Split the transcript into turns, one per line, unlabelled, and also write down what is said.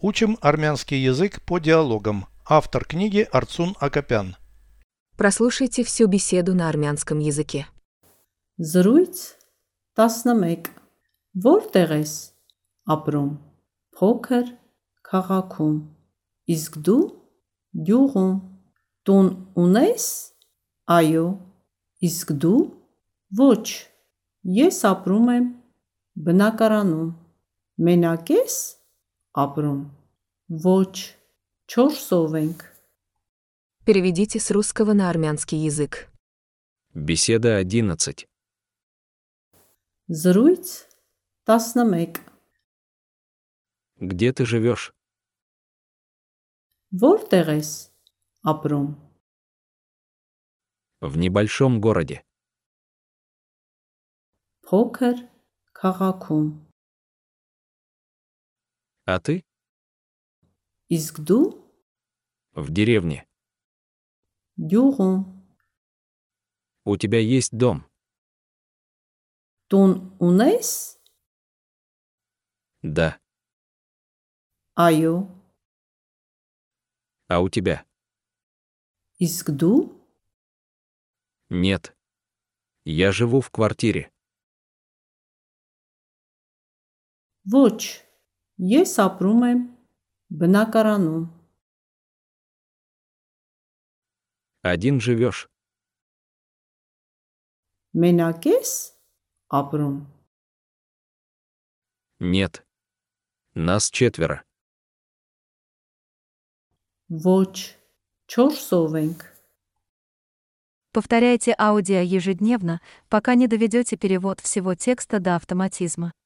Учим армянский язык по диалогам. Автор книги Арцун Акопян.
Прослушайте всю беседу на армянском языке.
Զրույց 11 Որտեղ ես ապրում? Փոքր քաղաքում։ Իսկ դու գյուղում։ Տուն ունես? Այո։ Իսկ դու? Ոչ։ Ես ապրում եմ բնակարանում։ Մենակ ես ապրում։ Ոչ։ Չորսով ենք։
Переведите с русского на армянский язык.
Беседа 11.
Զրույց 11
Где ты живешь?
Որտեղ ես ապրում?
В небольшом городе.
Փոքր քաղաքում։
А ты?
Իսկ դու
В деревне.
գյուղում
У тебя есть дом?
տուն ունես?
Да.
Այո։
А у тебя?
Իսկ դու
Нет. Я живу в квартире.
ոչ։ Ես ապրում եմ բնակարանում։
Один живешь.
Մենակ ես ապրում։
Нет. Нас четверо.
Ոչ։ Չորսով ենք։
Повторяйте аудио ежедневно, пока не доведете перевод всего текста до автоматизма.